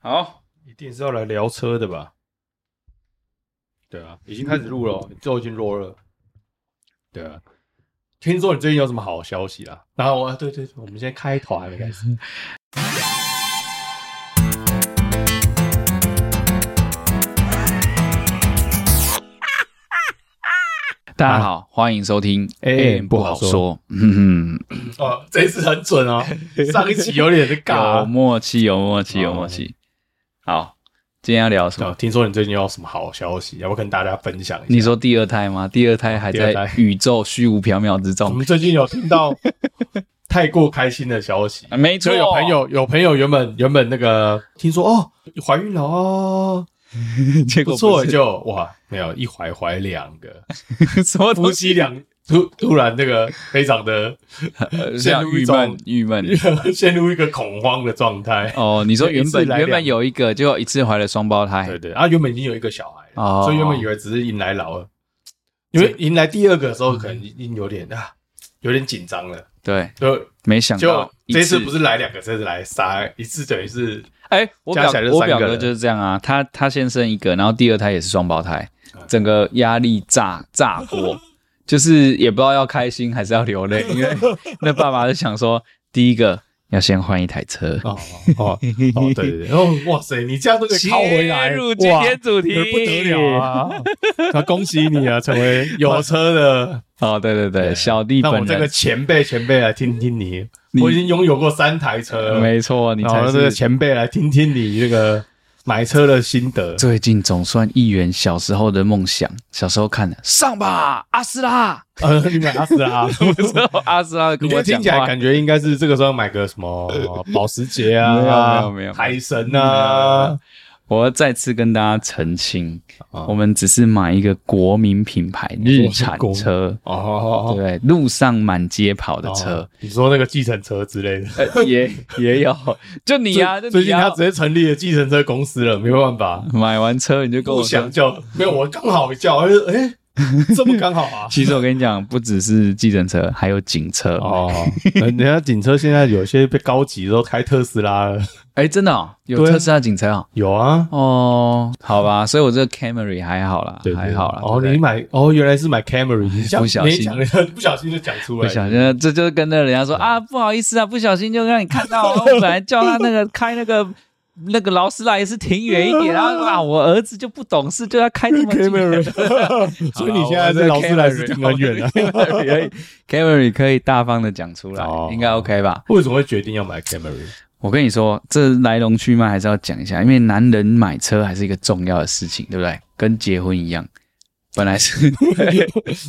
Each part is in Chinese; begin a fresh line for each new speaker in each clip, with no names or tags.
好，
一定是要来聊车的吧？对啊，已经开始录了哦，就已经 roll 了。对啊，听说你最近有什么好消息啦？然后我，啊对对对，我们现在开头 还没开始。
大家好，欢迎收听哎
AM
不 好说，嗯哼，
哦，这一次很准 哦，上一期有点是
有啊
尬。
默契，有默契，有默契。好，今天要聊什么？
哦，听说你最近有什么好消息，要不要跟大家分享一下？
你说第二胎吗？第二胎还
第二
在
胎嗯
宇宙虚无缥缈之
我
中
们，最近有听 到太过开心的消息
啊，没错，
所以有朋友有朋友原本原本那个听说哦怀孕了哦，
结果
不
不
错
是
就哇没有一怀怀两个
什么
夫
东西，
妻两突突然这个非常的
呃这
陷
样
入一
郁
种
闷郁闷。
陷入一个恐慌的状态。
哦，你说
一
原
次
本
来
原本
两
有一个，结果一次怀了双胞胎
对，对，啊原本已经有一个小孩
哦
了，所以原本以为只是迎来老二，因为迎来第二个的时候可能已经有点啊有点紧张了，
对，
就
没想
就
到
这
一
次不是来两个，这次来仨，一次等于是
哎，我
加
表
起来就
我
三
表
个
哥
人
就是这样啊，他他先生一个，然后第二胎也是双胞胎，
嗯
整个压力炸炸锅，就是也不知道要开心还是要流泪， 因为那爸爸就想说，第一个要先换一台车。
哦 哦哦，对对对，哦哇塞，你这样都可以靠回来，
切入今天主题
哇不得了啊！ 那恭喜你啊，成为有车的。
哦，对对对，小弟
让
本
我这个
人，
前辈前辈来听听你，
你
我已经拥有过三台车了，
没错，你
然后
才
哦这个
是
前辈来听听你这个买车的心得。
最近总算一圆小时候的梦想，小时候看的上吧，阿 斯拉，
呃，你买阿斯拉，
不知道阿斯拉
哦你
跟
这
我
个
讲
听起来
话，
感觉应该是这个时候买个什 么保时捷
没有没
啊，
有没有
海神啊，
我要再次跟大家澄清，
啊
我们只是买一个国民品牌日产车，对
哦，
不对，路上满街跑的车
哦，，你说那个计程车之类的。
呃 也也有，就你呀，
哦最
就
最
你
近
啊呀
他直接成立了计程车公司了，没办法，
买完车你就跟
不
我说？
想。叫，没有我刚好叫，哎、诶这么刚好啊
其实我跟你讲，不只是计程车，还有警车。
哦， 人家警车现在有些被高级都开特斯拉了，
哎，真的哦，有
对啊
特斯拉警车哦。
有啊，
哦，好吧，所以我这个 Camry 还好啦，
对
还好啦。
哦，
对不对
你买哦，原来是买 Camry，你 这样
不小心
你讲 不小心就讲出
不
来，
小心，这就是跟那人家说啊，不好意思啊，不小心就让你看到了。我本 来叫他那个开那个那个劳斯莱斯停 远一点，然后啊，我儿子就不懂事，就要开这么近。
Camry，所以你现在在劳斯莱斯挺很远啊的。
的。Camry 可以大方的讲出来
哦，
应该 OK 吧？
为什么会决定要买 Camry？
我跟你说，这来龙去脉还是要讲一下，因为男人买车还是一个重要的事情，对不对？跟结婚一样，本来是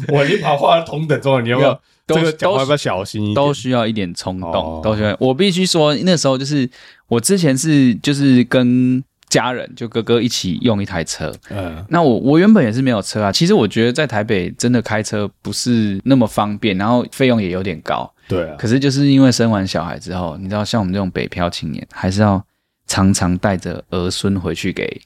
我已经把话同等重了，你要不要
没有都
这个讲话
都
要不要小心一点？
都需要一点冲动，
哦
都需要。我必须说，那时候就是我之前是就是跟家人，就哥哥一起用一台车。
嗯，
那我我原本也是没有车啊。其实我觉得在台北真的开车不是那么方便，然后费用也有点高。
对啊，
可是就是因为生完小孩之后，你知道，像我们这种北漂青年，还是要常常带着儿孙回去给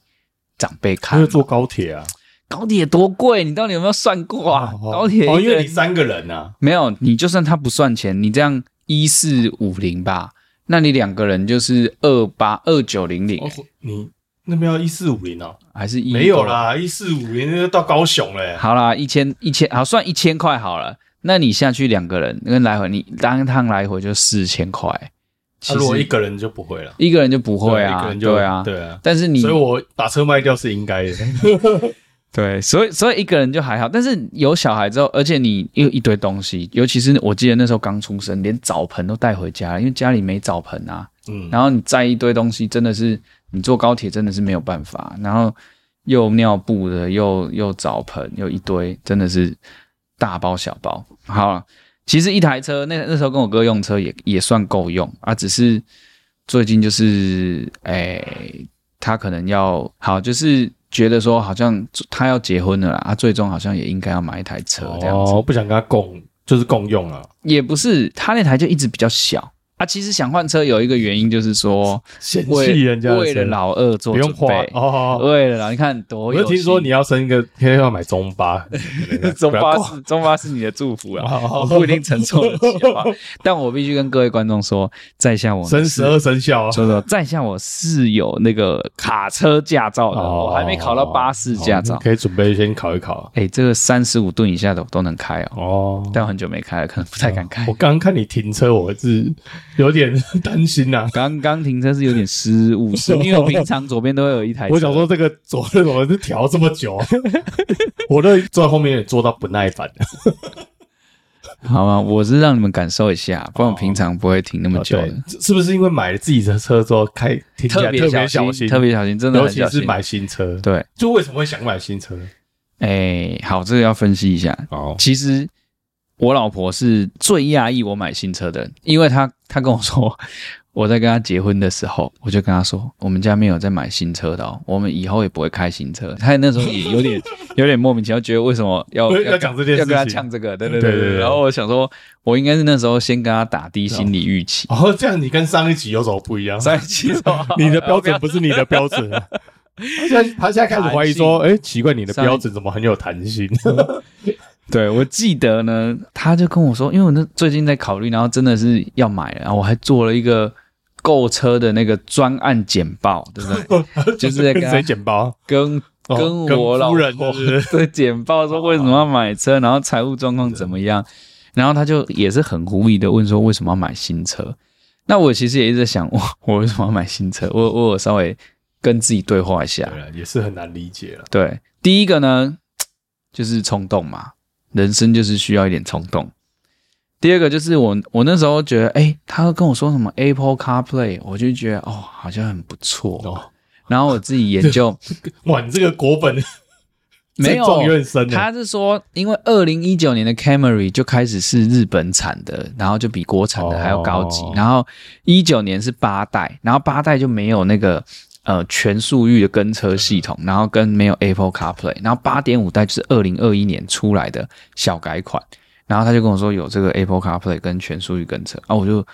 长辈
他
看
就。坐高铁啊，
高铁多贵，你到底有没有算过啊？
哦
高铁一个
哦，因为
人
你三个人啊，
没有，你就算他不算钱，你这样一四五零吧，那你两个人就是二八二九零零，
你那边要一四五零哦，
还是一
没有？啦，一四五零那就到高雄嘞、
好啦，一千一千，好算一千块好了。那你下去两个人跟来回，你单趟来回就四千块。
啊
其
如果
实
一个人就不会了，
一个人就不会
对一个
啊，
人就
对啊，
对啊。
但是你
所以我把车卖掉是应该 的，
对，所以所以一个人就还好，但是有小孩之后，而且你又一堆东西，尤其是我记得那时候刚出生，连澡盆都带回家了，因为家里没澡盆啊。
嗯，
然后你载一堆东西，真的是你坐高铁真的是没有办法。然后又尿布的，又又澡盆，又一堆，真的是大包小包。好了，其实一台车那那时候跟我哥用车也也算够用啊，只是最近就是哎、他可能要好就是。觉得说好像他要结婚了啦，啊他最终好像也应该要买一
哦
台车这样子，
哦，不想跟他共，就是共用了，
也不是他那台就一直比较小，啊，其实想换车有一个原因就是说，
嫌
为
弃人家的车
为了老二做
不用
准
花
备，
哦。
为了老你看多
我
有
就
心。啊
听说你要生一个，天要买中巴，
中巴
不
是中巴是你的祝福啊，
哦
我不一定承受得起 啊。但我必须跟各位观众说，在下我
然生十二生肖啊，
说说，在下我是有那个卡车驾照的，
哦
我还没考到巴士驾
哦
照。
可以准备先考一考
哎、这个三十五吨以下的我都能开哦，
哦。
但我很久没开了，可能不太敢开
我。刚刚看你停车，我是 有点担心啊呐、
刚刚停车是有点失误，是因为我平常左边都会有一 台车。
我想说这个左轮怎么是调这么久、啊 我都坐在后面也坐到不耐烦了。
好吗？我是让你们感受一下，不然我平常不会停那么久的。
哦对，是不是因为买了自己的车之后开停起来
特别
特别小
心，特别小心，真的
尤
很
其
小
是
心。
买新车，
对，
就为什么会想买新车？
哎、好，这个要分析一下。
哦，
其实我老婆是最讶异我买新车的人，因为她她跟我说，我在跟她结婚的时候，我就跟她说，我们家没有在买新车的哦，我们以后也不会开新车。她那时候也有点有点莫名其妙，觉得为什么 要
要讲这件事情
要跟她呛这个，对对
对
对
对对
对。然后我想说，我应该是那时候先跟她打低心理预期，
哦，这样你跟上一集有什么不一样？
在其中
你的标准不是你的标准、 啊。现在他现在开始怀疑说，哎、奇怪，你的标准怎么很有弹性？
对，我记得呢，他就跟我说，因为我那最近在考虑，然后真的是要买了，然后我还做了一个购车的那个专案简报，对不对？就是啊在跟
跟
他
谁简报？
跟
哦
跟我老
夫人
婆
是不是
对简报说为什么要买车，然后财务状况怎么样，然后他就也是很狐疑的问说为什么要买新车。那我其实也一直在想，我我为什么要买新车？我我有稍微跟自己对话一下，
对了，啊也是很难理解了。
对，第一个呢，就是冲动嘛，人生就是需要一点冲动。第二个就是我，我那时候觉得，哎、他跟我说什么 Apple CarPlay，我就觉得哦，好像很不错。
哦，
然后我自己研究，
哇，你这个国本
没
这撞有
有，
点深呢、欸
他是说，因为二零一九年的 Camry 就开始是日本产的，然后就比国产的还要高级。
哦
然后一九年是八代，然后八代就没有那个呃全速域的跟车系统，然后跟没有 Apple CarPlay，然后八点五代就是二零二一年出来的小改款。然后他就跟我说有这个 Apple CarPlay 跟全速域跟车啊，我就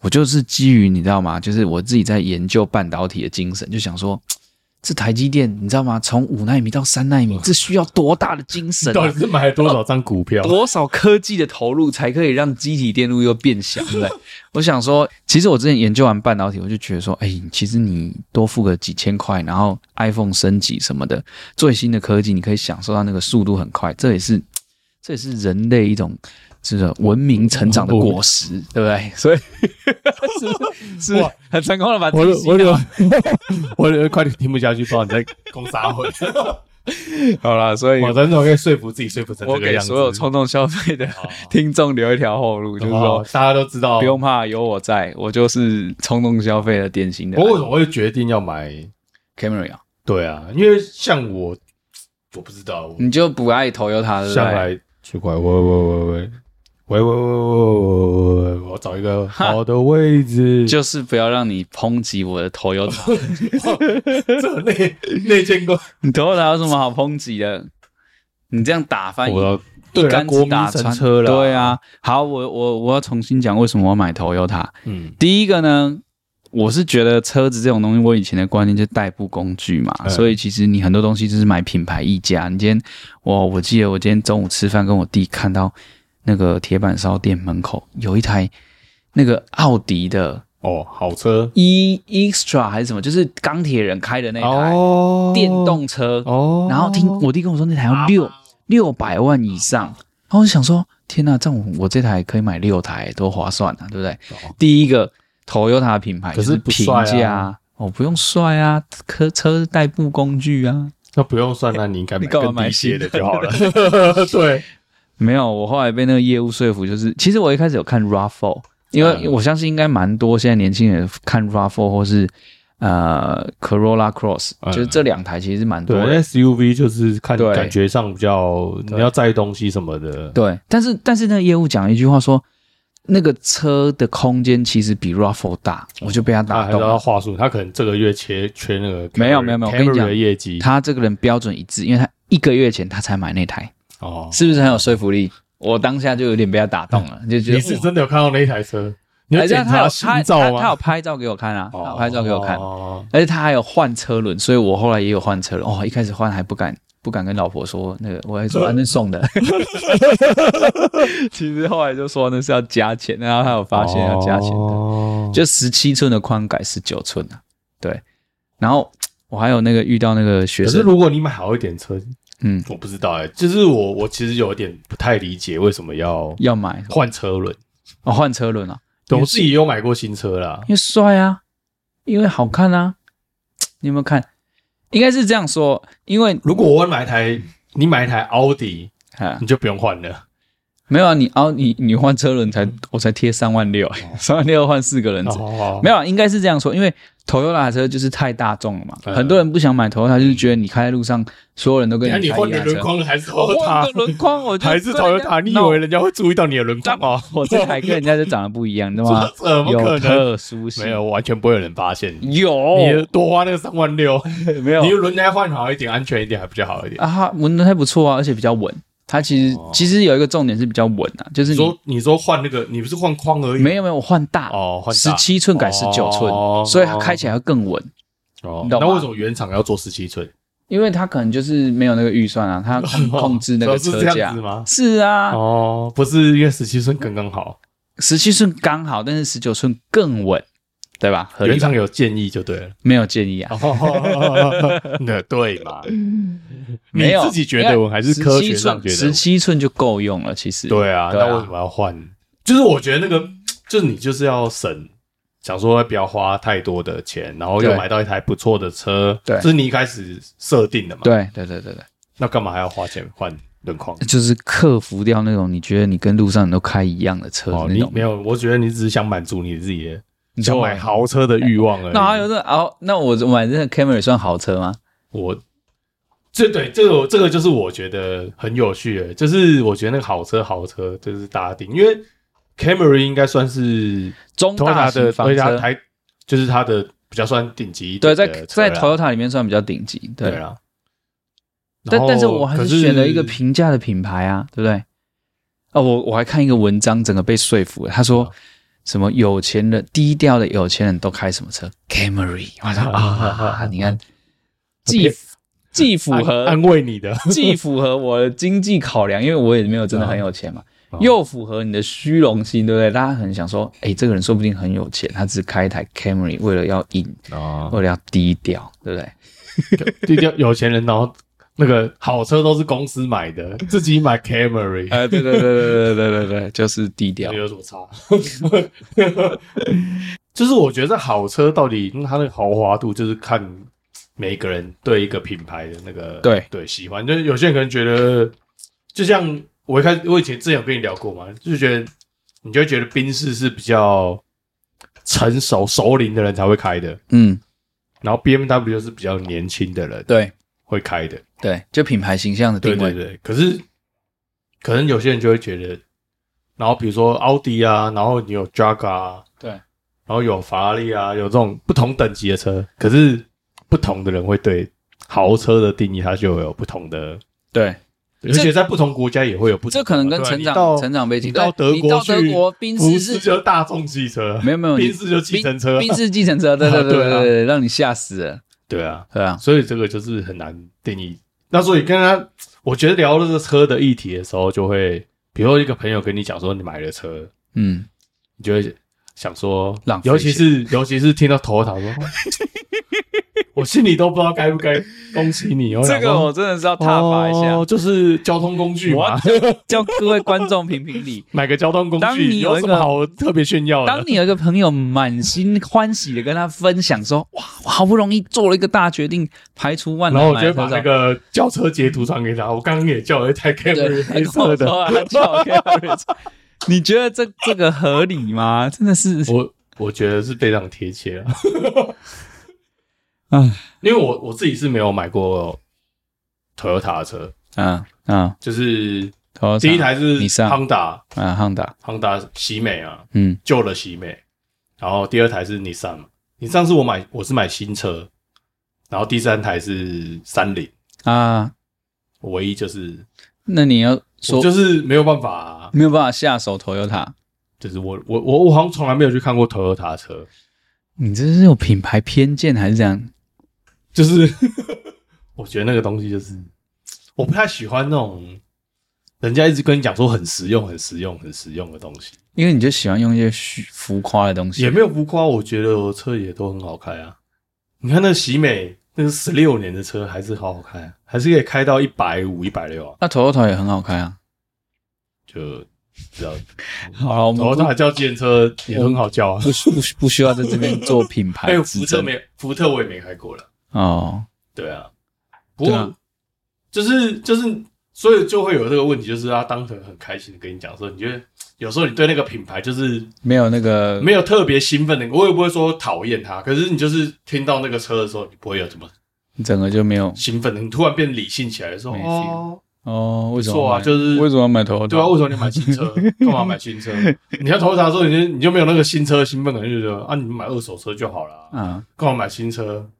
我就是基于你知道吗？就是我自己在研究半导体的精神，就想说。嘖这台积电，你知道吗？从五纳米到三纳米，这需要多大的精神、
你
啊？
到底是买了多少张股票？
多少科技的投入才可以让机体电路又变小， 对不对？我想说，其实我之前研究完半导体，我就觉得说，哎、其实你多付个几千块，然后 iPhone 升级什么的，最新的科技你可以享受到那个速度很快，这也是这也是人类一种这个文明成长的果实，对不对？所以 是不是是不是
哇
很成功的把
我
自己洗
我有 我有快点听不下去，不知道你在 攻啥会。
好了，所以
我真的可以说服自己，说服成
我
这个
给
样子。
所有冲动消费的
好
听众留一条后路，就是说
哦。大家都知道，
不用怕，有我在，我就是冲动消费的典型的
我为什么会决定要买？
Camry 啊，
对啊，因为像我，我不知道，我
你就不爱 Toyota 对不
向
对？
来奇怪，喂喂喂喂喂喂喂喂喂喂，我找一个好的位置，
就是不要让你抨击我的 Toyota，
这内内建过，
你 Toyota 有什么好抨击的？你这样打翻一
我要
一
对啊，
竿
国
子
民
打
神
穿
车了，
对，啊，好，我我我要重新讲为什么我买 Toyota。
嗯，
第一个呢，我是觉得车子这种东西，我以前的观念就是代步工具嘛，
嗯
所以其实你很多东西就是买品牌溢价。你今天，我我记得我今天中午吃饭跟我弟看到那个铁板烧店门口有一台那个奥迪的
哦，好车，
E Extra 还是什么，就是钢铁人开的那台、
哦，
电动车，
哦，啊
然后听我弟跟我说那台要六六百万以上，然后我就想说，天呐，这样我我这台可以买六台，多划算啊，对不对？
哦
第一个 Toyota 品牌
可
就是是
不
平
帅啊
价、哦，不用帅啊，车车是代步工具啊。
那不用算，那你应该
你
买
干嘛
更
买
低些
新
的
的
就好 了，对，
没有，我后来被那个业务说服，就是其实我一开始有看 Raffle，因为
嗯
我相信应该蛮多现在年轻人看 Raffle 或是呃 Corolla Cross，、
嗯
就是这两台其实蛮多
对
的。
，SUV 就是看
对
感觉上比较你要载东西什么的，
对，但是但是那个业务讲一句话说，那个车的空间其实比 Raffle 大，我就被他
他
打
啊还
动
是要
了。
话术，他可能这个月缺缺那个 Camry,
没有没有没有我跟你
Camry
讲
的业绩
他这个人标准一致，因为他一个月前他才买那台，
哦，
是不是很有说服力？我当下就有点被他打动了，就觉得
你是真的有看到那一台车？你有
而且
检
他
查
有拍
心
他
照
他有
吗？
拍照给我看啊，他有
哦
拍照给我看，
哦
而且他还有换车轮，所以我后来也有换车轮。哦，一开始换还不敢不敢跟老婆说那个，我还说啊那送 的。其实后来就说那是要加钱，然后他有发现要加钱的，
哦
就十七寸的宽改十九寸啊，对。然后我还有那个遇到那个学
可是
生，
如果你买好一点车，
嗯，
我不知道哎、就是我我其实有点不太理解为什么要
要买
换车轮。
哦换车轮啊，
对我自己也有买过新车啦，
因为帅啊，因为好看啊。你有没有看？应该是这样说，因为
如果我买一台，你买一台奥迪，
啊
你就不用换了。
没有啊，你哦你你换车轮才我才贴三万六，三万六换四个轮子，
哦
没有啊，应该是这样说，因为 Toyota 车就是太大众了嘛，
嗯
很多人不想买 Toyota，就是觉得你开在路上，所有人都
等
跟
一下
你
你
开
换
一
个
辆车
轮，框还是
我换个
Toyota，
轮框，我就
还是
跟人
Toyota？你以
No，
为人家会注意到你的轮框哦？
我这台跟人家就长得不一样，你知道吗？
怎么
有
可能？
特殊性，
没有，完全不会有人发现。
有
你多花那个三万六，
没
你
有
轮胎换好一点，安全一点还比较好一点。
啊？它轮胎不错啊，而且比较稳。它其实
哦
其实有一个重点是比较稳啊，就是
你
你
说你说换那个，你不是换框而已？
没有没有我换大
哦，换
十
大
七寸改十九寸
哦，
所以它开起来会更稳。
哦
你，懂吗
那为什么原厂要做十七寸？
因为他可能就是没有那个预算啊，他控 控制那个
哦是
车
这样
价
子。吗？
是啊，
哦，不是，因为十七寸刚刚好，
十七寸刚好，但是十九寸更稳，对吧？合
原哦
理吧
厂有建议就对 了。
没有建议啊，
那对嘛？你
没有
自己觉得稳还是科学上觉得
十
稳？
七寸就够用了，其实。
对啊，
对啊
那为什么要换？就是我觉得那个，就是你就是要省，想说不要花太多的钱，然后又
对
买到一台不错的车，
对
这是你一开始设定的嘛？，
对对对对对，
那干嘛还要花钱换轮框？
就是克服掉那种你觉得你跟路上人都开一样的车的
哦，
那
你
种。
没有，我觉得你只是想满足你自己的啊
你
想
说
买豪车的欲望而已。
那还有这哦，那我买这个 Camry 算豪车吗？
我这对这个这个就是我觉得很有趣的，就是我觉得那个好车好车就是大家定，因为 Camry 应该算是
中
t o y
大
o
型
的，
房
对它
车，
台就是它的比较算顶级一
对，
点
在
的
在
车啦
Toyota 里面算比较顶级，
对
对。
啦。
但
然后
但是我还
可
是选了一个平价的品牌啊，对不对？哦，我我还看一个文章，整个被说服了。他说
啊
什么有钱人低调的有钱人都开什么车？Camry。我说啊，你看，既
啊
既符
安
合
安慰你的，
既符合我的经济考量，因为我也没有真的很有钱嘛，又符合你的虚荣心，对不对？大家很想说，哎，这个人说不定很有钱，他只是开一台 Camry，为了要赢，
哦，
为了要低调，对不对？
低调有钱人，然后那个好车都是公司买的，自己买 Camry
哎，对对对对对对对对，就是低调
有什么差？ 就是我觉得好车到底嗯它那个豪华度，就是看每个人对一个品牌的那个
对
对喜欢。就是有些人可能觉得，就像我一开始我以前之前有跟你聊过嘛，就是觉得你就会觉得宾士是比较成熟熟龄的人才会开的，
嗯，
然后 B M W 是比较年轻的人
对
会开的。
对，就品牌形象的定
对
位，
对对，可是可能有些人就会觉得，然后比如说奥迪啊，然后你有 Jag 啊，
对
然后有法拉利啊，有这种不同等级的车，可是不同的人会对豪车的定义，它就有不同的，
对
而且在不同国家也会有不同的
这
嘛。
可能跟
对啊
成
你
长、
到
成长背景，
你到
对
德
你到
国去，
德国宾
不
士
是
是
就大众汽车，
没有没有
宾士就计程车，啊
宾士计程车，对对对对对，让你吓死了，
对啊，
对啊，
所以这个就是很难定义。那所以跟他，我觉得聊这个车的议题的时候，就会，比如说一个朋友跟你讲说你买了车，
嗯，
你就会想说，
浪费
尤其是尤其是听到头疼说， 我心里都不知道该不该恭喜你。
这个我真的是要
踏
挞伐一下，
哦，就是交通工具
我
嘛
要，叫叫各位观众评评理。
买个交通工
当
具
你有
有
一
什
个
么好特别炫耀的
当？你有一个朋友满心欢喜的跟他分享说：“哇，我好不容易做了一个大决定，排除万
然
难
后我就
买
会把
了车
那
照。”
个轿车截图传给他，我刚刚也叫了一台 Camry
对，
黑
他跟
色
我
的，
说他叫我 Garrett 你觉得这这个合理吗？真的是，
我我觉得是非常贴切啊，
嗯
因为我我自己是没有买过 Toyota 的车，
嗯嗯，
就是
头
第一台是
你上
Honda
嗯 Honda，
Honda 喜美啊，
嗯
旧的喜美，然后第二台是 Nissan 嘛，Nissan 是我买我是买新车，然后第三台是三菱，
啊，
我唯一就是
那你要
我
说
就是没有办法啊、
没有办法下手 Toyota，
就是我我我我好像从来没有去看过 Toyota 车，
你这是有品牌偏见还是这样？
就是 我觉得那个东西就是我不太喜欢那种人家一直跟你讲说很实用、很实用、很实用的东西，
因为你就喜欢用一些虚浮夸的东西，
也没有浮夸。我觉得我车也都很好开啊。你看那喜美，那是十六年的车，还是好好开、啊，还是可以开到一百五、一百六啊。
那 Toyota 也很好开啊。
就只要
好了，我们
，Toyota 叫电车也很好叫啊。
不需不需不需要在这边做品 牌
还有
指
福特
证
没，福特我也没开过了。
哦，
对啊，不
对
过、
啊
就是就是，所以就会有这个问题，就是他当时很开心的跟你讲说，你觉得有时候你对那个品牌就是
没有那个
没有特别兴奋的，我也不会说讨厌它，可是你就是听到那个车的时候，你不会有什么
整个就没有
兴奋的，你突然变理性起来的时候，
没 feel
哦，
哦，为什么
错啊
买
就是
为什么要买 Toyota？
对啊，为什么你买新 车？干嘛买新车？你要投它的时候，你就你就没有那个新车的兴奋感，就觉得啊，你买二手车就好了，
啊，
干嘛买新车？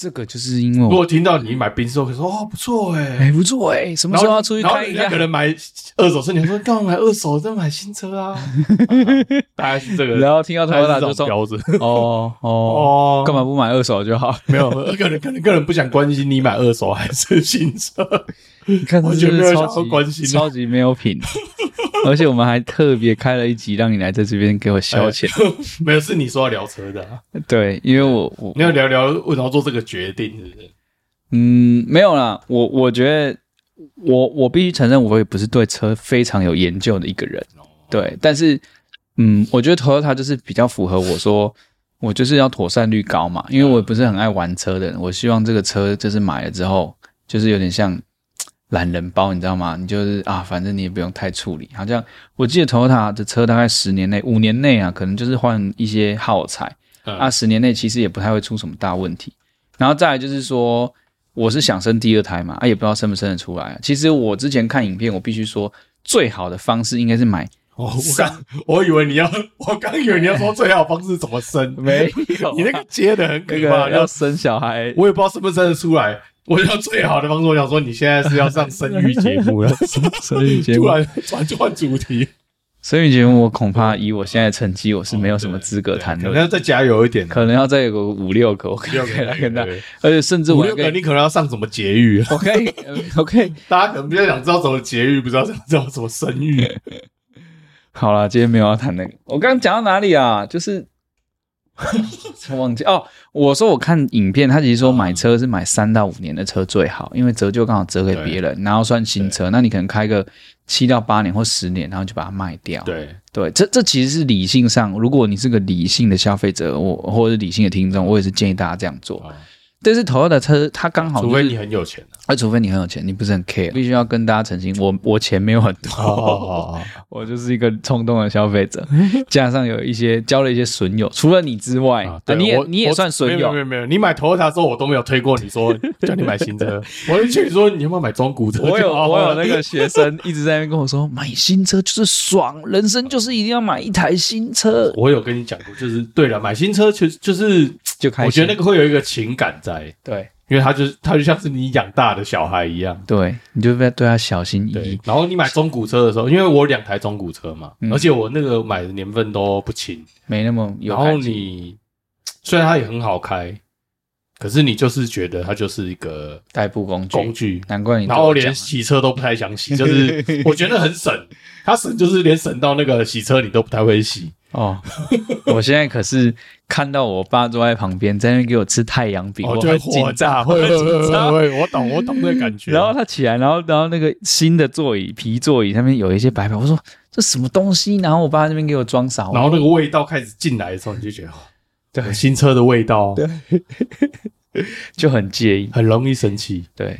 这个就是因为
如
我
果听到你买宾士，我可以说哦，不错哎、
哎、不错哎、什么
然
时
后
候要出去
然后
开一
人家
下
可？能买二手车，你还说干嘛买二手，再买新车 啊？大概是这个，
然后听到
大概是这
Toyota 就
种
说
标准
哦哦，
哦
干、嘛不买二手 就好？
没有，个人可能个人不想关心你买二手还是新车，
你看这
完
是
全
不
没
是
有
超
想
级
要关心的
超级没有 品，而且我们还特别开了一集让你来在这边给我消遣。
没有是你说要聊车的啊，
对，因为我我
你要聊聊为什么做这个决定，是不是？
嗯没有啦，我我觉得我我必须承认，我也不是对车非常有研究的一个人。对，但是嗯，我觉得 Toyota 就是比较符合我说，我就是要妥善率高嘛，因为我也不是很爱玩车的人，我希望这个车就是买了之后，就是有点像懒人包，你知道吗？你就是啊，反正你也不用太处理。好像我记得 Toyota 的车大概十年内、五年内啊，可能就是换一些耗材，
嗯
啊，十年内其实也不太会出什么大问题。然后再来就是说，我是想生第二胎嘛，啊，也不知道生不生得出来。啊其实我之前看影片，我必须说，最好的方式应该是买
哦，我刚我以为你要，我刚以为你要说最好方式怎么 生，
没有啊
你那个接的很可
那
怕，要
个要生小孩，
我也不知道生不生得出来。我要最好的方式，我想说你现在是要上生育节目 了，
生育节
突
目，
然转就换主题，
生育节目，我恐怕以我现在的成绩，我是没有什么资格谈
可能
论，
要再加油一点啊。
可能要再有个五六个，我可以来跟他，而且甚至
五
我
六
可
个，
以，
你可能要上什么节育？啊
我可以，呃我可以，
大家可能比较想知道怎么节育，不知道想知道怎么生育。
好了，今天没有要谈那个，我刚刚讲到哪里啊？就是 我忘记哦，我说我看影片，他其实
哦
说买车是买三到五年的车最好，因为折旧刚好折给别人，然后算新车，那你可能开个七到八年或十年，然后就把它卖掉，
对，
对，这这其实是理性上，如果你是个理性的消费者，我或者是理性的听众，我也是建议大家这样做。
啊
但是 Toyota 的车，它刚好、就
除
是，
非你很有钱
啊，除非你很有钱，你不是很 care，必须要跟大家澄清，我我钱没有很多，
哦，
我就是一个冲动的消 费者，加上有一些交了一些损友，除了你之外，啊
对
你也
我
你也
我
算损
没有
友
没，有没有，你买 Toyota 的时候，我都没有推过你说叫你买新 车，我就劝你说你要不要买中古车就好哦
我有
了。
我有那个 学生一直在那边跟我说，买新车就是爽，人生就是一定要买一台新车，
我有跟你讲过，就是对了，买新车其实就是
就开心。
我觉得那个会有一个情感在，
对
因为它就是它就像是你养大的小孩一样。
对，你就要对他小心翼翼
对，，然后你买中古车的时候，因为我有两台中古车嘛，
嗯
而且我那个买的年份都不轻，
没那么有
然
感
后
情。
你虽然它也很好开，可是你就是觉得它就是一个
代步工具，
工具，
难怪你
然
对
后
我讲
连
了
洗车都不太想洗，就是 我觉得很省，它省就是连省到那个洗车你都不太会洗，
哦，我现在可是看到我爸坐在旁边，在那边给我吃太阳饼，
哦，
我
就会
很
火
紧
大，
张，
会
我
会
很
会
紧
会
张。
会，我懂我懂那个感 觉。
然后他起来，然后然后那个新的座椅皮座椅上面有一些白白，我说这什么东西？然后我爸那边给我装傻，
然后那个味道开始进来的时候，你就觉得哦
对
新车的味道
就很介意。
很容易生气。
对，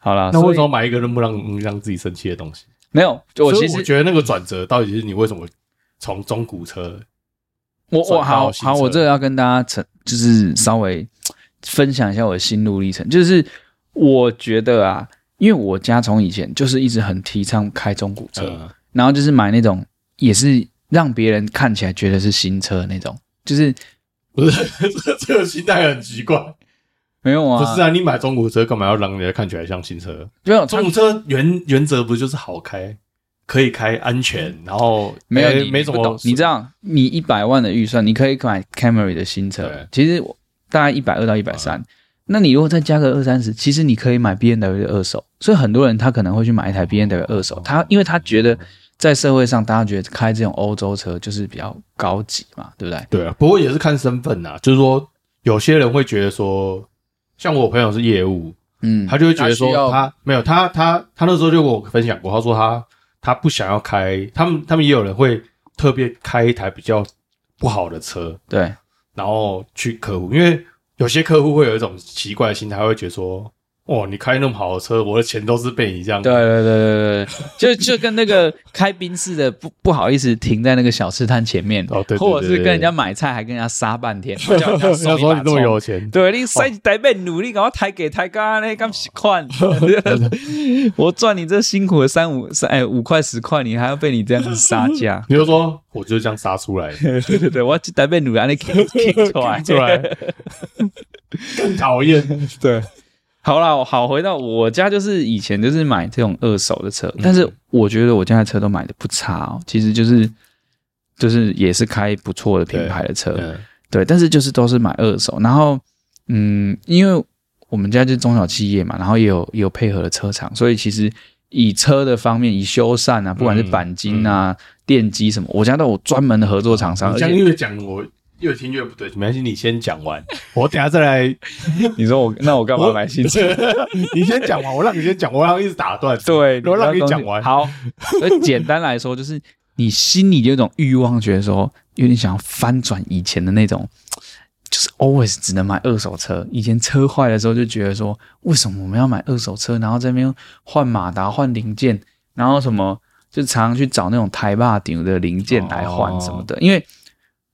好啦，
那
啊所
为
以
什么买一个不让嗯让自己生气的东西？
没有？我
所
其
以我
实
觉得那个转折到底是你为什么从中古车
我
转
我
到
好
新
好，我
车
这个要跟大家成就是稍微分享一下我的心路历程，就是我觉得啊，因为我家从以前就是一直很提倡开中古车，
呃
然后就是买那种也是让别人看起来觉得是新车那种，就是
不是 这这个心态很奇 怪，
没有啊，
不是啊？你买中古车干嘛要让人家看起来像新车？
没有它
中古车原原则不就是好开？可以开安全，然后
没有
哎
你
没怎
你不
么
懂，你这样，你一百万的预算，你可以买 Camry 的新车
对，啊
其实我大概一百二到一百三。那你如果再加个二三十，其实你可以买 B N W 的二手。所以很多人他可能会去买
哦
一台 B N W 二手，他因为他觉得在社会上大家觉得开这种欧洲车就是比较高级嘛，对不对？
对啊，不过也是看身份呐，就是说有些人会觉得说，像我朋友是业务，
嗯，
他就会觉得
他
说
需要
他没有他他他那时候就跟我分享过，他说他他不想要开，他们他们也有人会特别开一台比较不好的车，
对，
然后去客户，因为有些客户会有一种奇怪的心态，会觉得说，哦，你开那么好的车，我的钱都是被你这样
对对对对对，就就跟那个开宾士的不不好意思停在那个小吃摊前面，
哦对对对
或者是
对对
跟人家买菜还跟人家杀半 天，叫人家
要
送
说
把
你这么
葱
有钱，。
对你塞台北努力，赶快抬给抬高嘞，刚十块， 我赚你这辛苦的三五三哎五块十块，你还要被你这样子杀价
你就说我就是这样杀出来的，
对对对，我要去台北努力，你 kick 出来
出 来啊更讨厌。
对，好啦，好回到我家，就是以前就是买这种二手的车，但是我觉得我家的车都买的不差哦，其实就是就是也是开不错的品牌的车，
嗯
对，但是就是都是买二手，然后嗯，因为我们家就是中小企业嘛，然后也有也有配合的车厂，所以其实以车的方面，以修缮啊，不管是钣金啊、电机什么，我家都有专门的合作厂商。
你
而
这样
且
越讲我越听越不对，没关系，你先讲完，我等下再来。
你说我那我干嘛
我
买新车？
你先讲完，我让你先讲，我让一直打断。
对，
我让你
要
讲完。
好，所以简单来说，就是你心里有一种欲望，觉得说有点想要翻转以前的那种，就是 always 只能买二手车。以前车坏的时候就觉得说，为什么我们要买二手车，然后这边换马达、换零件，然后什么就常常去找那种台霸顶的零件来
哦
换什么的，因为。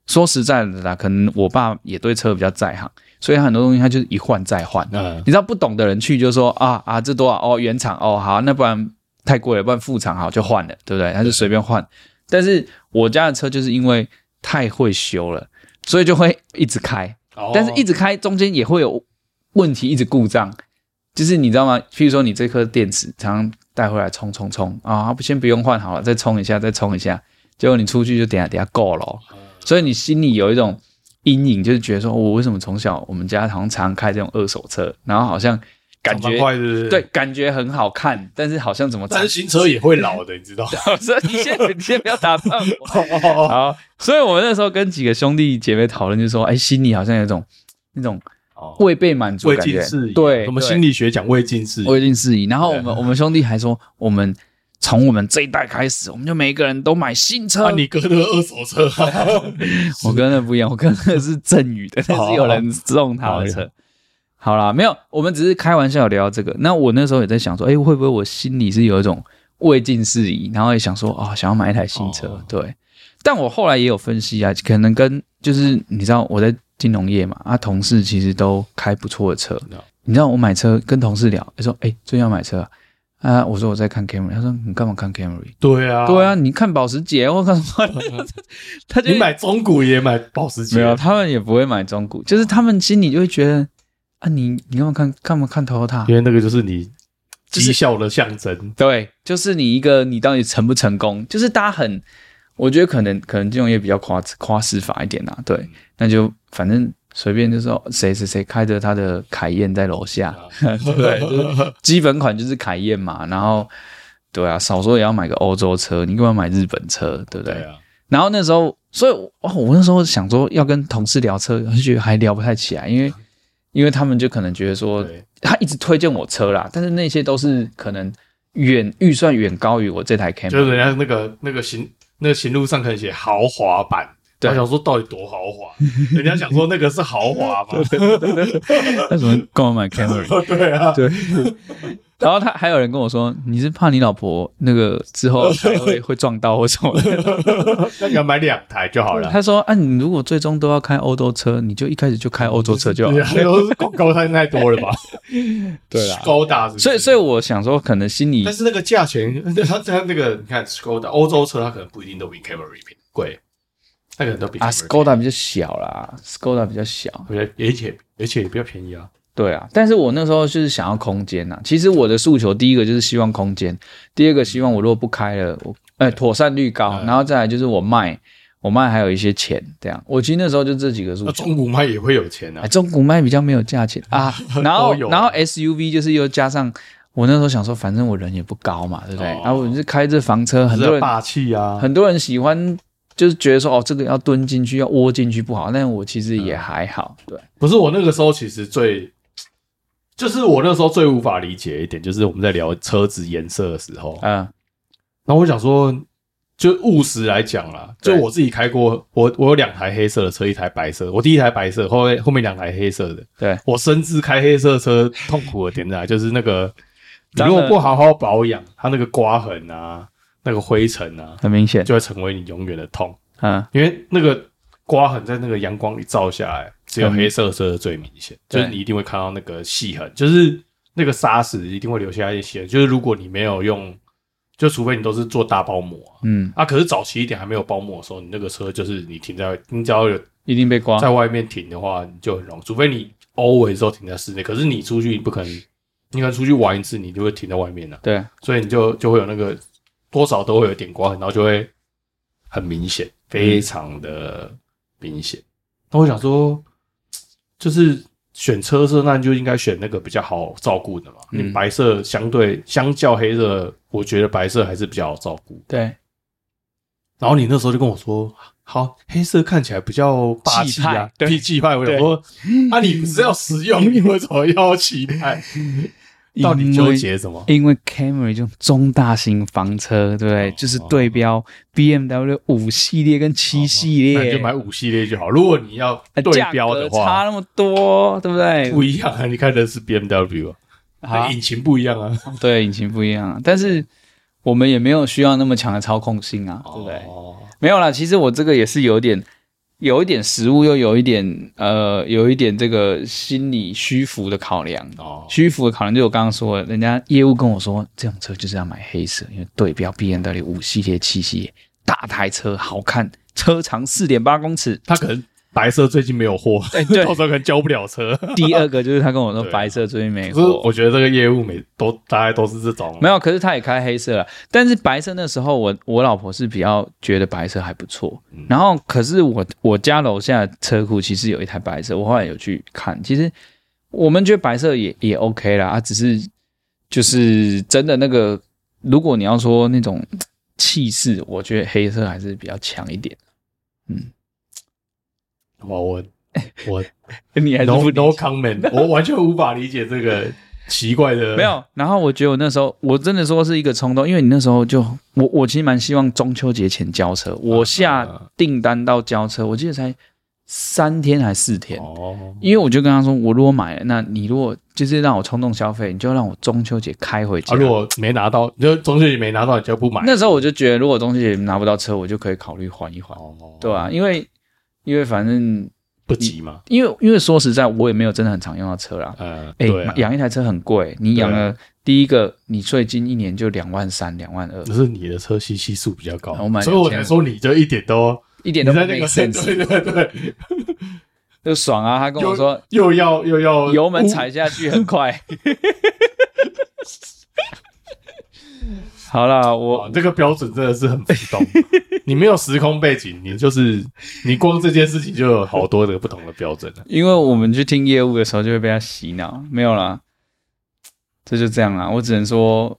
说实在的啦，可能我爸也对车比较在行，所以他很多东西他就是一换再换。
嗯
你知道不懂的人去就说啊啊，这多少哦，原厂哦，好，那不然太贵了，不然副厂好就换了，对不对？他就随便换。但是我家的车就是因为太会修了，所以就会一直开，但是一
直
直开中间也会有问题，一直故障。就是你知道吗？譬如说你这颗电池常常带回来充充充啊，不先不用换好了，再充一下，再充一下，结果你出去就等下等下够了哦，
嗯
所以你心里有一种阴影，就是觉得说哦我为什么从小我们家好像常开这种二手车，然后好像感觉
快，对不
对，感觉很好看，但是好像怎么
但是新车也会老的，你 知道。
长 所以你先你先不要打断我。
哦
好，所以我们那时候跟几个兄弟姐妹讨论，就说，哎，心里好像有一种那种
哦，
未被满足的
未
感觉
尽事宜，，
对，
我们
对
心理学讲未尽事宜，
未尽事宜。然后我
对
们我们兄弟还说，我们从我们这一代开始，我们就每一个人都买新车。
啊，你哥的二手车啊，
我跟那不一样，我跟那是赠予的，但是有人送他的车。好啦，没有，我们只是开玩笑聊这个。那我那时候也在想说，哎、会不会我心里是有一种未尽事宜，然后也想说，哦，想要买一台新车，
哦
对。但我后来也有分析啊，可能跟就是你知道我在金融业嘛，啊，同事其实都开不错的车
嗯。
你知道我买车跟同事聊，他说，哎、最近要买车啊。啊，我说我在看 Camry，他说嗯你干嘛看 Camry？、
对啊，
对，啊，你看保时捷或干什么？他就
你买中古也买保时捷，
没有，啊他们也不会买中古，就是他们心里就会觉得啊，你你干嘛看干嘛看 Toyota？
因为那个就是你
就是
绩效的象征。
对，就是你一个你到底成不成功，就是大家很，我觉得可能可能金融业比较夸夸饰法一点啦、对，那就反正随便就说谁谁谁开着他的凯宴在楼下， 对，就是基本款就是凯宴嘛，然后对啊，少说也要买个欧洲车，你干嘛买日本车，对不对？
对啊，
然后那时候，所以我哦，我那时候想说要跟同事聊车，就觉得还聊不太起来，因为因为他们就可能觉得说
嗯对
他一直推荐我车啦，但是那些都是可能远预算远高于我这台 Camry，
就是人家那个那个行那个行路上可能写豪华版，
对
我想说到底多豪华，人家想说那个是豪华 嘛，
为什么跟我买 Camry？
对啊，
对，然后他还有人跟我说，你是怕你老婆那个之 后还会会撞到或什么的？
那你要买两台就 好了。
他说啊，你如果最终都要开欧洲车，你就一开始就开欧洲车就 好
对
了。
啊，都是广告太太多了吧？
对啦
Skoda 是不是
所以，所以我想说，可能心里
但是那个价钱，他他那个你看 Skoda 欧洲车，它可能不一定都比 Camry 便宜贵，它可能都比
啊
Camry
，Skoda 比较小啦，Skoda 比较小，
而且而且而且也比较便宜啊。
对啊，但是我那时候就是想要空间呐、其实我的诉求，第一个就是希望空间，第二个希望我如果不开了，我呃妥善率高，
嗯
然后再来就是我卖，我卖还有一些钱这样。我其实那时候就这几个诉
那
求。
中古卖也会有钱啊
哎，，中古卖比较没有价钱啊，然 后
都有
然后 SUV 就是又加上我那时候想说，反正我人也不高嘛，对不对？
哦
然后我就开这房车，很
是
多人
霸气啊，
很多人喜欢，就是觉得说哦，这个要蹲进去，要窝进去不好，但我其实
嗯
也还好，对，
不是我那个时候，其实最就是我那时候最无法理解一点，就是我们在聊车子颜色的时候，
嗯
然后我想说，就务实来讲啦，就
对
我自己开过，我我有两台黑色的车，一台白色，我第一台白色，后面后面两台黑色的，
对
我深知开黑色车痛苦的点在哪，就是那 个你
脏
如果
了
不好好保养，它那个刮痕啊，那个灰尘啊，
很明显，
就会成为你永远的痛，
嗯，
因为那个刮痕在那个阳光一照下来，只有黑色车的最明显，就
对
是你一定会看到那个细痕，就是那个砂石一定会留下一些细痕。就是如果你没有用，就除非你都是做大包膜啊
嗯，
啊可是早期一点还没有包膜的时候，你那个车就是你停在，你只要有
一定被刮
在，外面停的话，你就很容易，除非你 always 都停在室内。可是你出去，你不可能，你可能出去玩一次，你就会停在外面了、啊
对，
所以你就就会有那个多少都会有点刮痕，然后就会很明显，非常的明显。那我想说，就是选车色，那你就应该选那个比较好照顾的嘛。
嗯
你白色相对相较黑色，我觉得白色还是比较好照顾。
对，
然后你那时候就跟我说。好，黑色看起来比较霸气
气
啊
派，对
气气派。我想
对
说，啊，你不是要实用，你为什么要气 派？到底纠结什么？
因为 Camry 这种中大型房车，对不对？
哦
就是对标 BMW 五系列跟七系
哦那你就
列，
买五系列就好。如果你要
呃
对标的
价格差
话，
那么多，对不对？
不一样啊！你看的是 BMW，
啊
啊，引擎不一样啊，
对，引擎不一样啊，但是我们也没有需要那么强的操控性啊，对不对？
哦
没有啦，其实我这个也是有点，有一点实物，又有一点呃，有一点这个心理虚浮的考量。
哦，
虚浮的考量，就我刚刚说的，人家业务跟我说，这种车就是要买黑色，因为对标 B N W 五系列、七系列，大台车好看，车长四点八公尺。
他可能白色最近没有货，
哎 对
到时候可能交不了车。
第二个就是他跟我说，
对啊
白色最近没
可是
货，
我觉得这个业务每都大概都是这种，
没有，可是他也开黑色了。但是白色那时候我我老婆是比较觉得白色还不错，
嗯
然后可是我我家楼下的车库其实有一台白色，我后来有去看，其实我们觉得白色也也 OK 啦，啊，只是就是真的那个，如果你要说那种嘖气势，我觉得黑色还是比较强一点。
哇，我我
你还是
no
不理
no comment，我完全无法理解这个奇怪的，
没有，然后我觉得我那时候我真的说是一个冲动，因为你那时候就我我其实蛮希望中秋节前交车，
啊
我下订单到交车，我记得才三天还四天，
哦，
因为我就跟他说，我如果买了，那你如果就是让我冲动消费，你就让我中秋节开回家。
啊，如果没拿到，你就中秋节没拿到，你就不买
那时候我就觉得，如果中秋节拿不到车，我就可以考虑缓一缓，
哦，
对啊，因为因为反正
不急嘛，
因为因为说实在，我也没有真的很常用到车啦。
呃，
哎、
对啊，
养一台车很贵，你养
对啊
了第一个，你最近一年就两万三、两万二
只，是你的车吸气数比较高
啊我买，
所以我
2000
才说你就一点都
一点都
你
不
在那个
make sense，
对对对，
就爽啊！他跟我说
又要又要
油门踩下去很快。 好啦，我
哇，啊这个标准真的是很浮 动。你没有时空背景，你就是你光这件事情就有好多的不同的标准了。
因为我们去听业务的时候就会被他洗脑，没有啦，这就这样啦。我只能说，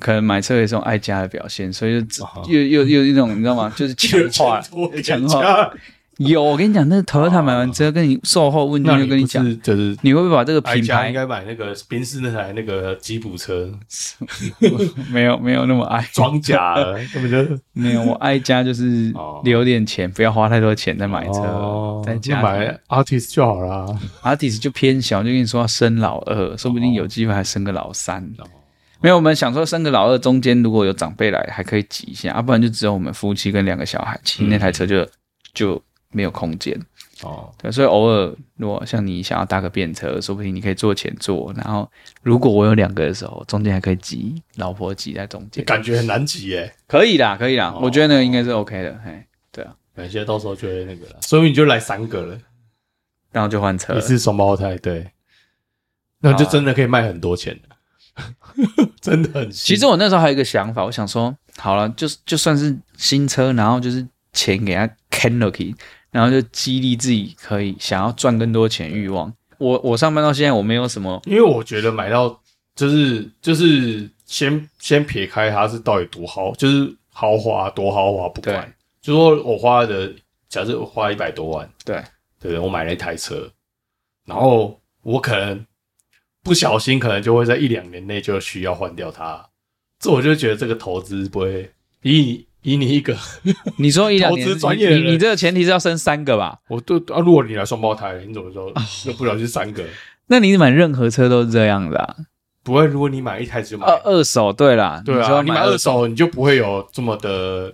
可能买车也是一种爱家的表现，所以就
啊哈
又又又一种你知道吗？就是强 化强化。有，我跟你讲，那 Toyota 买完车跟你售后问
啊那
卷
你
就跟你讲
不，是就是
你会不会把这个
哀
品
家
牌
应该买那个宾士那台那个吉普车，
没有没有那么爱，
装甲 的根本就
没有我爱家就是
哦
留点钱，不要花太多钱在买车
哦，
在
就
家
买 Artist 就好啦。
artist 就偏小，就跟你说要生老
哦
二，说不定有机会还生个老三。没有，我们想说生个老二，中间如果有长辈来，还可以挤一下，啊要、不然就只有我们夫妻跟两个小孩
嗯
骑那台车就、就没有空间。
哦，
对，所以偶尔如果像你想要搭个便车，说不定你可以坐前座，然后如果我有两个的时候，中间还可以挤老婆挤在中间，
感觉很难挤耶。
可以啦，可以啦，
哦
我觉得那个应该是 OK 的，嘿，对啊，
感谢到时候就会那个了，所以你就来三个了，
然后就换车
你
了。
是双胞胎，对，那就真的可以卖很多钱， 真的很新。
其实我那时候还有一个想法，我想说，好了，就是就算是新车，然后就是钱给他 can 了 key，然后就激励自己可以想要赚更多钱欲望。我我上班到现在，我没有 什么
因为我觉得买到就是就是先先撇开它是到底多豪，就是豪华多豪华不
对
管，就说我花的，假设我花一百多万，
对
对不对？我买了一台车，然后我可能不小心，可能就会在一两年内就需要换掉它，这我就觉得这个投资不会以你以你一 个，
你说一两
投
年，
资专
你
业的
你
人
你这个前提是要生三个吧？
我都啊，如果你来双胞胎，你怎么 说？又不小心三个。
那你买任何车都是这样的、啊，
不会，如果你买一台只买
二二手对啦，
对
你就
啊，
要
你
买
买二手你就不会有这么的，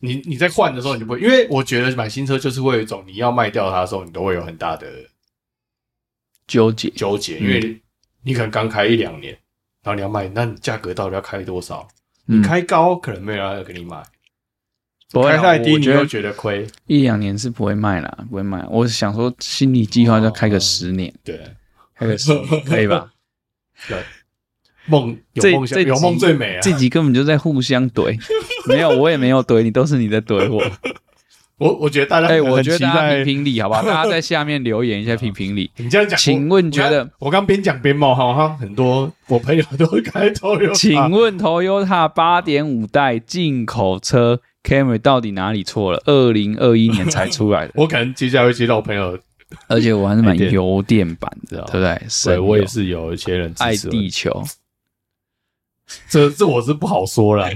你你在换的时候你就不会，因为我觉得买新车就是会有一种你要卖掉它的时候，你都会有很大的
纠结，
纠结，因为你可能刚开一两年，然后你要卖，那你价格到底要开多少？
嗯，
开高可能没有人要给你买，
不会
开
啦
太
我
低
我
你
觉
又
得
觉得亏，
一两年是不会卖啦，不会卖。我想说，心理计划就要开
哦
个十年，
对，
开个十年可以吧？
梦 有
这
梦想
这集
有梦最美啊！
这集根本就在互相怼， 没有，我也没有怼你，都是你在怼 我。
我我觉得大家
哎、
很
我觉得
期
大家评
待
评理，好 不好？大家在下面留言一下评评理。
你这样讲，
请
我
问觉得
我刚我刚边讲边冒号，哈，很多我朋友都开头有，
请问 Toyota 八点五代进口车 Camry 到底哪里错了？二零二一年才出来的
我可能接下来会接到朋友，
而且我还是买
哎对哎
油电版的，
对
对不对？
对
省
我也
油
是有一些人支
爱
持我
地球。
这这我是不好说了。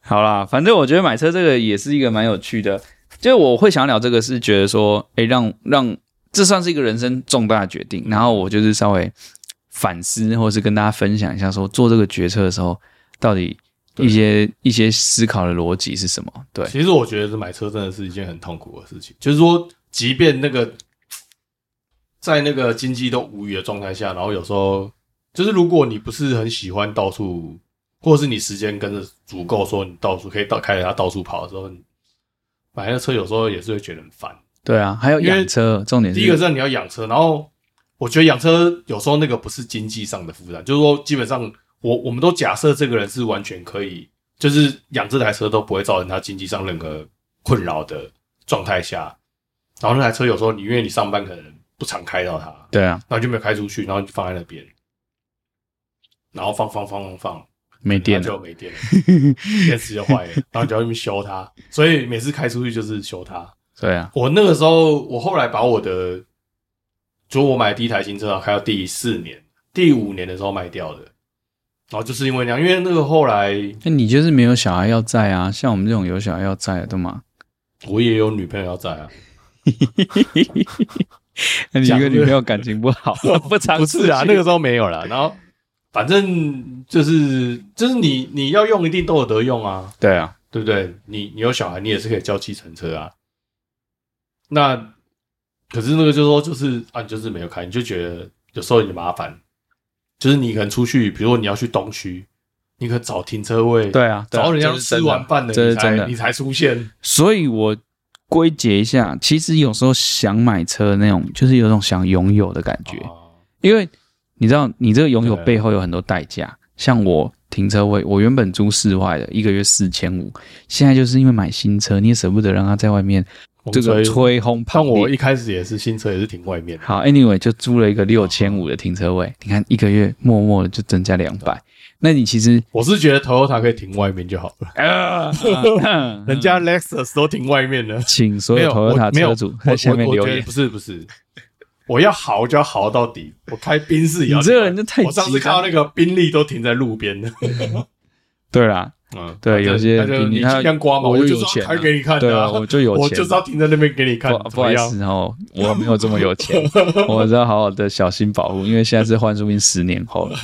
好啦，反正我觉得买车这个也是一个蛮有趣的，就是我会想聊这个是觉得说，哎、让让这算是一个人生重大的决定，然后我就是稍微反思，或是跟大家分享一下说做这个决策的时候到底一些一些思考的逻辑是什么。 对，
其实我觉得是买车真的是一件很痛苦的事情，就是说，即便那个在那个经济都无语的状态下，然后有时候就是如果你不是很喜欢到处，或者是你时间跟着足够，说你到处可以到开着它到处跑的时候，你买那车有时候也是会觉得很烦。
对啊，还有
因为
养车，重点是
第一个是你要养车，然后我觉得养车有时候那个不是经济上的负担，就是说基本上我我们都假设这个人是完全可以，就是养这台车都不会造成他经济上任何困扰的状态下，然后那台车有时候你因为你上班可能不常开到它，
对啊，
然后就没有开出去，然后就放在那边，然后放放放放放，
没电
然
了，
后就没电了，电池就坏了，然后你就要去修它，所以每次开出去就是修它。
对啊，
我那个时候，我后来把我的，就我买第一台新车，然后开到第四年、第五年的时候卖掉的。然后就是因为那样，因为那个后来
那你就是没有小孩要在啊，像我们这种有小孩要在的嘛，
我也有女朋友要在啊，
那你一
讲
个女朋友感情不好，不 尝
不
试
是啊，
去
那个时候没有啦。然后反正就是就是你你要用一定都有得用啊，
对啊，
对不对？你你有小孩，你也是可以叫计程车啊。那可是那个就是说就是啊，你就是没有开，你就觉得有时候也麻烦，就是你可能出去，比如说你要去东区，你可能找停车位，
对啊，对啊
找人家
这是真
吃
的
完饭了，
这
你
是真
才
的
你才出现。
所以我归结一下，其实有时候想买车的那种，就是有种想拥有的感觉，
哦
因为你知道，你这个拥有
对
背后有很多代价。像我停车位，我原本租室外的，一个月四千五，现在就是因为买新车，你也舍不得让它在外面这个，吹风
但
泡
我一开始也是新车，也是停外面的。
好，anyway，就租了一个六千五的停车位，你看一个月默默的就增加两百，那你 其实啊
我是觉得 Toyota 可以停外面就好
嗯
了，人家 Lexus 都停外面了。
请所
没
有
有我
Toyota
没有
车主
我
在下面
我我
留
觉得
言。
不是不是，我要豪就要豪到底，我开宾士也要
你
停外面。
这个人就太
我上次
极端
看到那个宾利都停在路边的，
对啦，
嗯，
对有些
那就
宾利
你
他
尽量刮嘛，
我
我
就
就
有
是要
钱啊
开给你看
对
的
啊，
啊，
我就有
我
钱
就，是要停在那边给你看，
不
怎
不
么
好意
样？
思哦，我没有这么有 钱，我要好好的小心保护，因为现在是换说不定十年后了。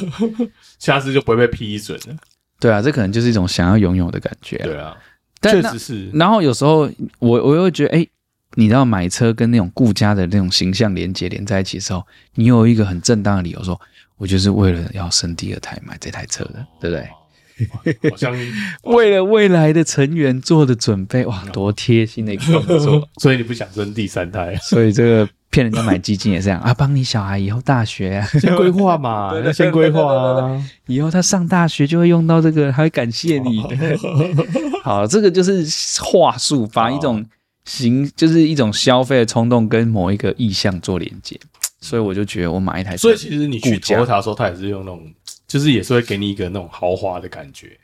下次就不会被批准了。
对啊，这可能就是一种想要拥有的感觉啊。
对啊，
但
确
那
实是，
然后有时候我我又会觉得，哎，你知道买车跟那种顾家的那种形象连接连在一起的时候，你有一个很正当的理由说，我就是为了要生第二胎买这台车的，对不
哦
对？
对？好像，
为了未来的成 员做的准备，哇，多贴心的一个动作。
所以你不想生第三胎？啊
所以这个骗人家买基金也是 这样啊，帮你小孩以后大学、啊，
先规划嘛，
对对
要先规划啊。
以后他上大学就会用到这个，他会感谢
哦
你。 好，这个就是话术，把一种
哦
行，就是一种消费的冲动跟某一个意向做连接。所以我就觉得我买一台车，
所以其实你去
顾家
Toyota 的时候，它也是用那种，就是也是会给你一个那种豪华的感觉。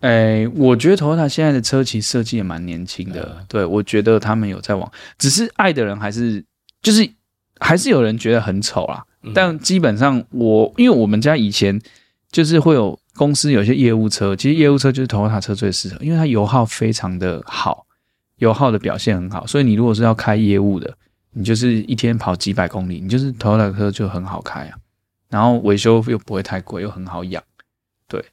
哎，我觉得 Toyota 现在的车其实设计也蛮年轻的，
嗯
对我觉得他们有在往，只是爱的人还是就是还是有人觉得很丑啦。
嗯
但基本上我因为我们家以前就是会有公司有些业务车，其实业务车就是 Toyota 车最适合，因为它油耗非常的好，油耗的表现很好，所以你如果是要开业务的，你就是一天跑几百公里，你就是 Toyota 车就很好开啊，然后维修又不会太贵，又很好养，对，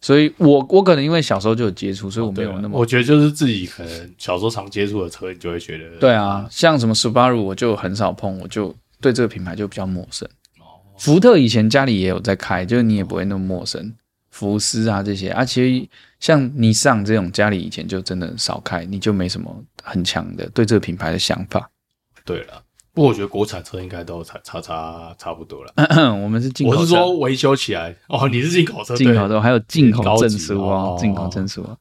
所以我我可能因为小时候就有接触，所以我没
对啊
有那么、
我觉得就是自己可能小时候常接触的车，你就会觉得
对啊，，像什么 Subaru 我就很少碰，我就对这个品牌就比较陌生。
哦
福特以前家里也有在开，就是你也不会那么陌生。福斯啊这些啊，其实像尼桑这种家里以前就真的少开，你就没什么很强的对这个品牌的想法。
对了。不过我觉得国产车应该都差差差差不多了。
我们是嗯进
我
口车，嗯
是说维修起来哦，你是进口车，
进口
对，
的，还有进口
高级
证书哦
哦，
进口证书哦，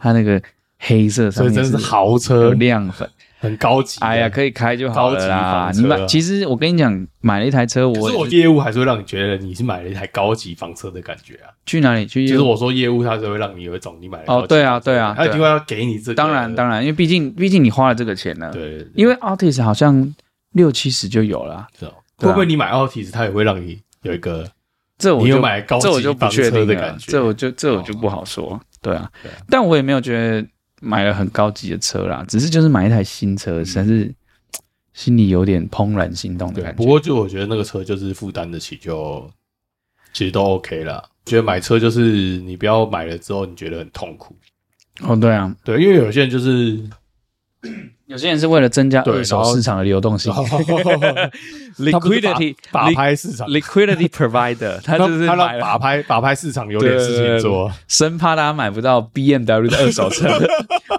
它那个黑色上
所以
面
真是
是
豪
有
车，
亮粉。
很高级。
哎呀，可以开就好了啦
高。级房
你
车啊
买，其实我跟你讲，买了一台车，
可
我
是我业务还是会让你觉得你是买了一台高级房车的感觉啊。
去哪里去？
就是我说业务，它是会让你有一种你买了
哦，对啊，对啊，
他一定
对
会
啊
要给你这个。
当然当然，因为毕竟毕竟你花了这个钱呢。
对，对，
因为 Altis 好像六七十就有了啊、
对哦
对啊
会不会你买 Altis，它也会让你有一个
这我
你
就
有买高级
这我就不确定
房车的
了
感，觉哦
这我就这我就不好说。对啊，
对啊
但我也没有觉得买了很高级的车啦，只是就是买一台新车，实在是嘖心里有点怦然心动的
嗯对？
感
不
觉。
过就我觉得那个车就是负担得起就，其实都 OK 啦。觉得买车就是你不要买了之后你觉得很痛苦，
哦，对啊，
对，因为有些人就是
有些人是为了增加
对
二手
然后
市场的流动性
liquidity 把拍市场，
liquidity provider，他就是
他
买
让
了
把拍把拍市场有点事情做，
生怕大家买不到 BMW 的二手 车，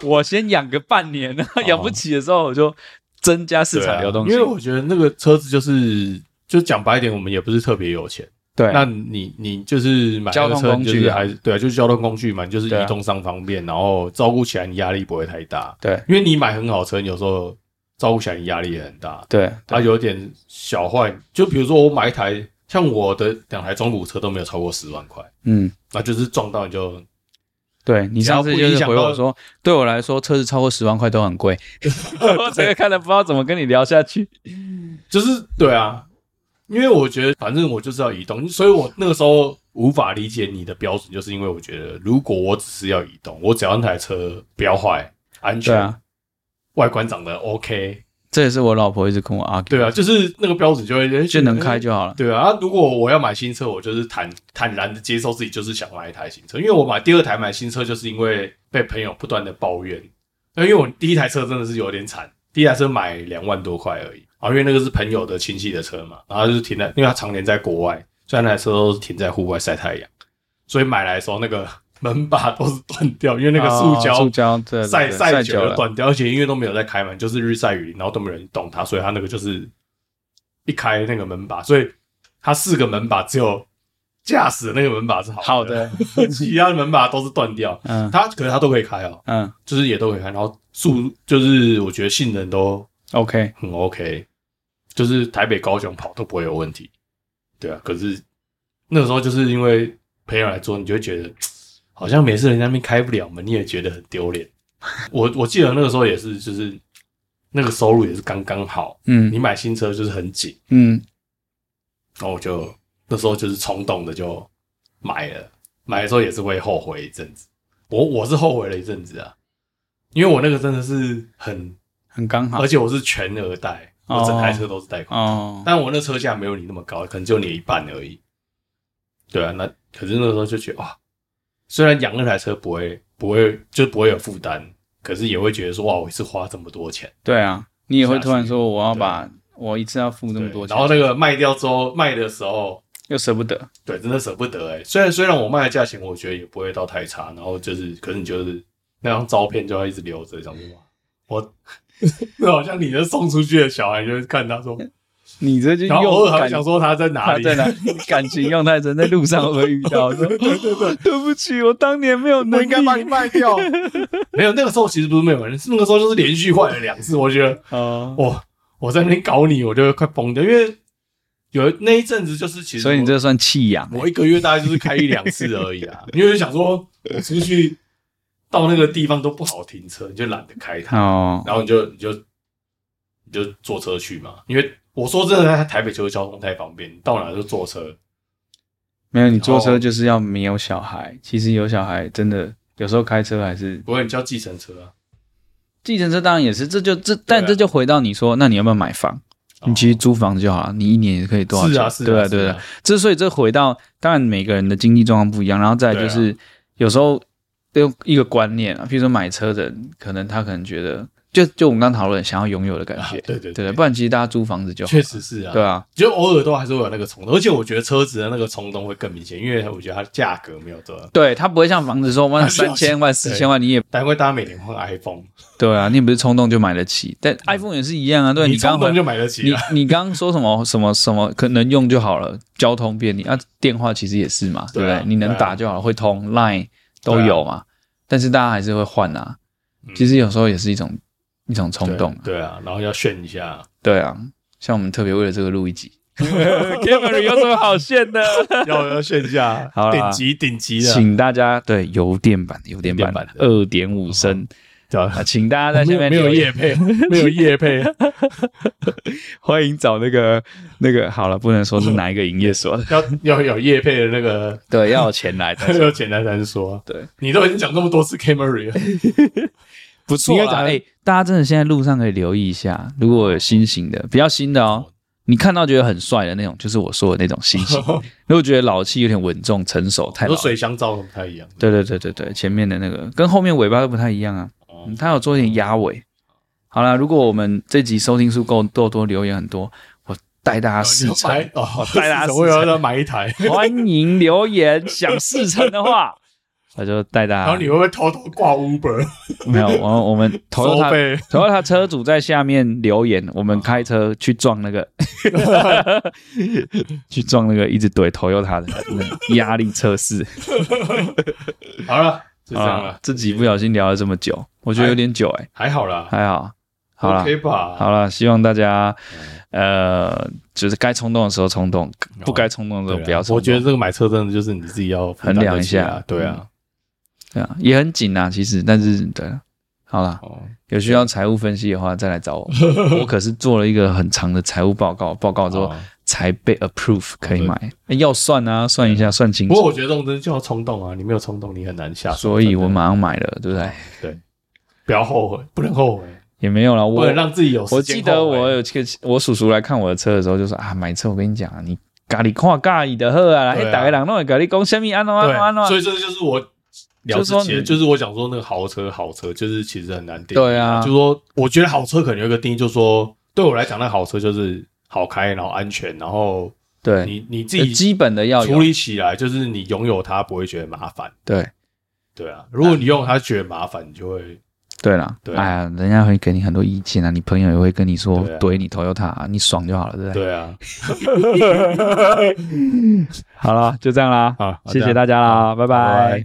我先养个半年，然后养不起的时候我就增加市
哦对
场
啊
流动性。
因为我觉得那个车子就是，就讲白一点，我们也不是特别有钱。
对，
那你你就是买那
交
个
通
车，
工
你
具
就
啊
是还是对啊，就是交通工具嘛，你就是
对啊
移动上方便，然后照顾起来你压力不会太大。
对
因为你买很好车，你有时候照顾起来你压力也很大。
对
它有点小坏，就比如说我买一台，像我的两台中古车都没有超过十万块，
嗯，
那就是撞到你就
对你
只要
上次
不
就
影
是
响
回我
到
说，对我来说车子超过十万块都很 贵，我这个看了不知道怎么跟你聊下去。
就是对啊，因为我觉得反正我就是要移动，所以我那个时候无法理解你的标准，就是因为我觉得如果我只是要移动，我只要那台车不要坏、安
对
全、
啊，
外观长得 OK，
这也是我老婆一直跟我 argue，
对啊，就是那个标准就会
就能开。就好了。
对啊，啊如果我要买新车，我就是坦坦然的接受自己就是想买一台新车，因为我买第二台买新车，就是因为被朋友不断的抱怨，呃那因为我第一台车真的是有点惨，第一台车买两万多块而已啊，因为那个是朋友的亲戚的车嘛，然后就是停在，因为他常年在国外，所以那台车都是停在户外晒太阳，所以买来的时候那个门把都是断掉，因为那个塑胶、
哦塑胶对对
晒
对
晒
晒
久了
了
断掉，而且因为都没有在开门，就是日晒雨淋，然后都没有人动它，所以它那个就是一开那个门把，所以它四个门把只有驾驶的那个门把是
好
好的，
的，
其他的门把都是断掉。
嗯
它可是它都可以开哦，
嗯
就是也都可以开，然后速就是我觉得性能都
，OK，
很 OK，就是台北、高雄跑都不会有问题。对啊，可是那个时候就是因为朋友来做，你就会觉得好像每次人家那边开不了门，你也觉得很丢脸。我我记得那个时候也是，就是那个收入也是刚刚好，
嗯
你买新车就是很紧，
嗯，
然后我就那时候就是冲动的就买了，买的时候也是会后悔一阵子。我我是后悔了一阵子啊，因为我那个真的是很，
很刚好
而且我是全额贷，
哦
我整台车都是贷款。
哦，
但我那车价没有你那么高，可能就你一半而已。对啊，那可是那时候就觉得哇，虽然养那台车不会不会就不会有负担，可是也会觉得说哇，我一次花这么多钱，
对啊，你也会
下去
突然说我要把我一次要付这么
对
多
然
钱，
后那个卖掉之后卖的时候，
又舍不得，
对，真的舍不得哎、虽然虽然我卖的价钱我觉得也不会到太差，然后就是可是你就是那张照片就要一直留着，想说哇，我 那好像你的送出去的小孩，就是看他 说，
你这就
然后偶
又
尔还会
感
想说他在哪
他
里，
在哪感情用太深，在路上会遇到。说 对不起，我当年没有能
我
力。
应该把你卖掉。 没有，那个时候其实不是没有人，是那个时候就是连续坏了两次，我觉得
哦，
我我在那边搞你，我就快疯掉，因为有那一阵子就是其实
所以你
我
这算弃养欸。
我一个月大概就是开一两次而已 啊，因为想说我出去到那个地方都不好停车，你就懒得开它，
哦，
然后你就你就你就坐车去嘛，因为我说真的，在台北就是交通太方便，你到哪就坐车。
没有，你坐车
哦
就是要没有小孩。其实有小孩真的有时候开车还是
不过你叫计程车啊，
计程车，当然也是，这就这，但
对啊哦
这就回到你说，那你要不要买房？你其实租房子就好了，你一年也可以多少钱？
是啊是啊
对
是啊
对之所以这回到，当然每个人的经济状况不一样，然后
啊
再来就是、有时候用一个观念啊，譬如说买车的人，可能他可能觉得，就就我们刚讨论想要拥有的感
啊
觉，
对对
对不然其实大家租房子就好
确实是啊，
对啊，
就偶尔都还是会有那个冲动，而且我觉得车子的那个冲动会更明显，因为我觉得它价格没有这，
对他不会像房子说万
还 是啊
三
要
千万四千万你也
但因为大家每年换 iPhone，
对啊，你也不是冲动就买得起，但 iPhone 也是一样啊，对
你
刚
冲
回
动就买得起啊
你
了。
你刚刚说什么什么什么可能用就好了，交通便利啊，电话其实也是嘛，对
对
不
啊
对？你能
对啊啊
打就好了，会通 Line 都有嘛，但是大家还是会换啊。
嗯
其实有时候也是一种一种冲动啊，
对啊，然后要炫一下，
对啊。像我们特别为了这个录 一集，Gamery 有什么好炫的？
要要炫一下
好啦
顶级顶级的，
请大家对油电版的油电
油
版
电版的
二点五升
对吧？
啊，请大家在
没
下
有
面
没有
留言
夜配， 没有夜配，
欢迎找那个那个好了，不能说是哪一个营业所，
要要有夜配的那个，
对，要有钱来的
那，个简单单说，
对，
你都已经讲那么多次 Camry 了，
不
错啦啊
应该讲哎、大家真的现在路上可以留意一下，如果有新型的，比较新的哦，你看到觉得很帅的那种，就是我说的那种新 型。如果觉得老气有点稳重、成熟，太老
和
了。
哦水箱罩都不太一样，
对对对对对，前面的那个跟后面尾巴都不太一样啊，
哦
嗯它有做一点压尾。好啦，如果我们这集收听数够多多，留言很多，我带大家试
你
乘。
买哦，
带大家
我有要买一台，
欢迎留言，想试乘的 话，我就带大
然后你
家。
会不会偷偷挂 Uber
没有，我我们投
收
到他
费？
然后他车主在下面留言，我们开车去撞 那个，去撞那个一直怼头又他的那个压力测试。
好了，就这样
啊
了，，
自己不小心聊了这么久，我觉得有点久哎、
还好啦，
还好，好啦
o k 吧？
好啦，希望大家
嗯
呃，就是该冲动的时候冲动，不该冲动的
对
时候
啊
不要冲动。
我觉得这个买车真的就是你自己要
衡量
负担得
一下
起啊对啊，
对啊，也很紧啊，其实，但是对了，好啦，
哦，
有需要财务分析的话再来找我， 我可是做了一个很长的财务报告，报告之后
哦
才被 approve 可以买。诶要算啊，算一下，算清
不过
楚。
我觉得这种东西就要冲动啊，你没有冲动，你很难下手。
所以
真的
我马上买了，对不对？
不要后悔，不能后悔，
也没有啦，
不
我
能让自己有时
我
间
记得
后悔
我有个我叔叔来看我的车的时候就说啊，买车我跟你讲啊，你咖喱看咖喱的喝啊，
对啊
哎，打开人弄会咖喱讲什么安诺安诺安
对，
诺
所，以这就是我聊
就是
之
说你
前，就是我讲说那个豪车，豪车就是其实很难定义。
对啊
就是说我觉得豪车可能有一个定义，就是说对我来讲，那豪车就是好开，然后安全，然后
对，
你你自
就
己
基本的要
处
有，
理起来，就是你拥有它不会觉得麻烦。
对
对啊，如果你用它觉得麻烦，你就会
对啦，
对啊
哎呀，人家会给你很多意见啊，你朋友也会跟你说
对啊
怼你头又他，你爽就好了，对不对？
对啊。
好了，就这样啦
好，
谢谢大家啦，拜
拜
拜
拜。